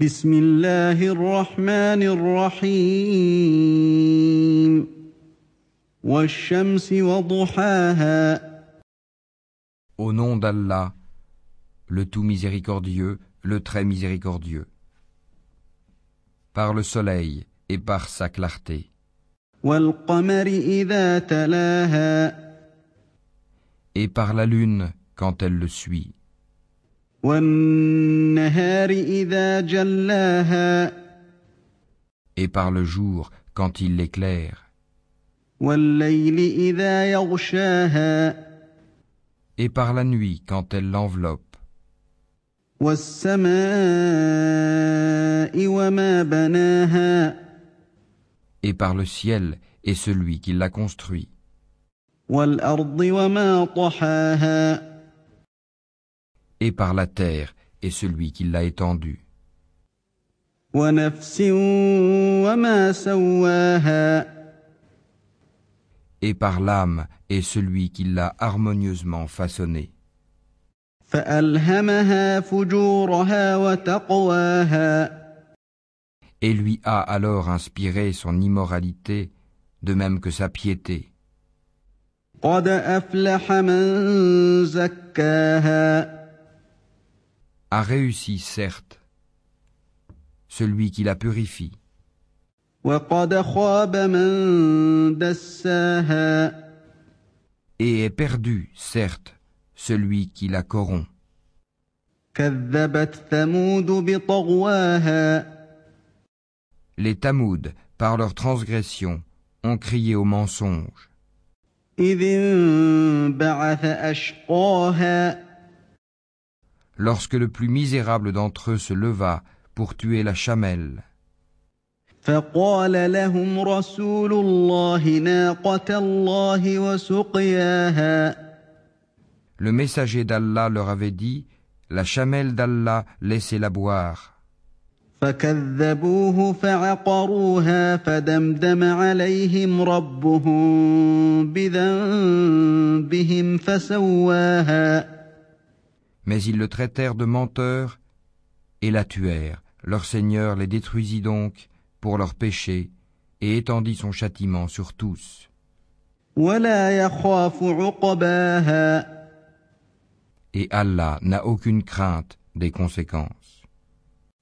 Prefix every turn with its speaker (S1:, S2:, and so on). S1: بسم الله الرحمن الرحيم والشمس وضحاها
S2: Au nom d'Allah, le tout miséricordieux, le très miséricordieux. Par le soleil et par sa clarté,
S1: والقمر إذا تلاها
S2: et par la lune quand elle le suit,
S1: والنهار إذا جلاها
S2: et par le jour quand il l'éclaire,
S1: والليل إذا يغشاها
S2: et par la nuit quand elle l'enveloppe,
S1: والسماء وما بناها
S2: et par le ciel et celui qui l'a construit,
S1: والأرض وما طحاها
S2: et par la terre et celui qui l'a étendue,
S1: ونفس وما سواها
S2: et par l'âme et celui qui l'a harmonieusement façonnée.
S1: فألهمها فجورها وتقواها
S2: et lui a alors inspiré son immoralité, de même que sa piété.
S1: قد أفلح من زكاها
S2: A réussi, certes, celui qui la purifie,
S1: وقد خاب من دساها
S2: et est perdu, certes, celui qui la corrompt.
S1: كذبت ثمود بطغواها
S2: Les Tamouds, par leur transgression, ont crié au mensonge,
S1: إذ انبعث أشقاها
S2: lorsque le plus misérable d'entre eux se leva pour tuer la chamelle,
S1: فقال لهم رسول الله ناقة الله وسقياها
S2: le messager d'Allah leur avait dit, La chamelle d'Allah, laissez-la boire.
S1: فكذبوه فعقروها فدمدم عليهم ربهم بذنبهم فسواها
S2: Mais ils le traitèrent de menteur et la tuèrent. Leur Seigneur les détruisit donc pour leurs péchés et étendit son châtiment sur tous.
S1: ولا يخاف عقباها
S2: Et Allah n'a aucune crainte des conséquences.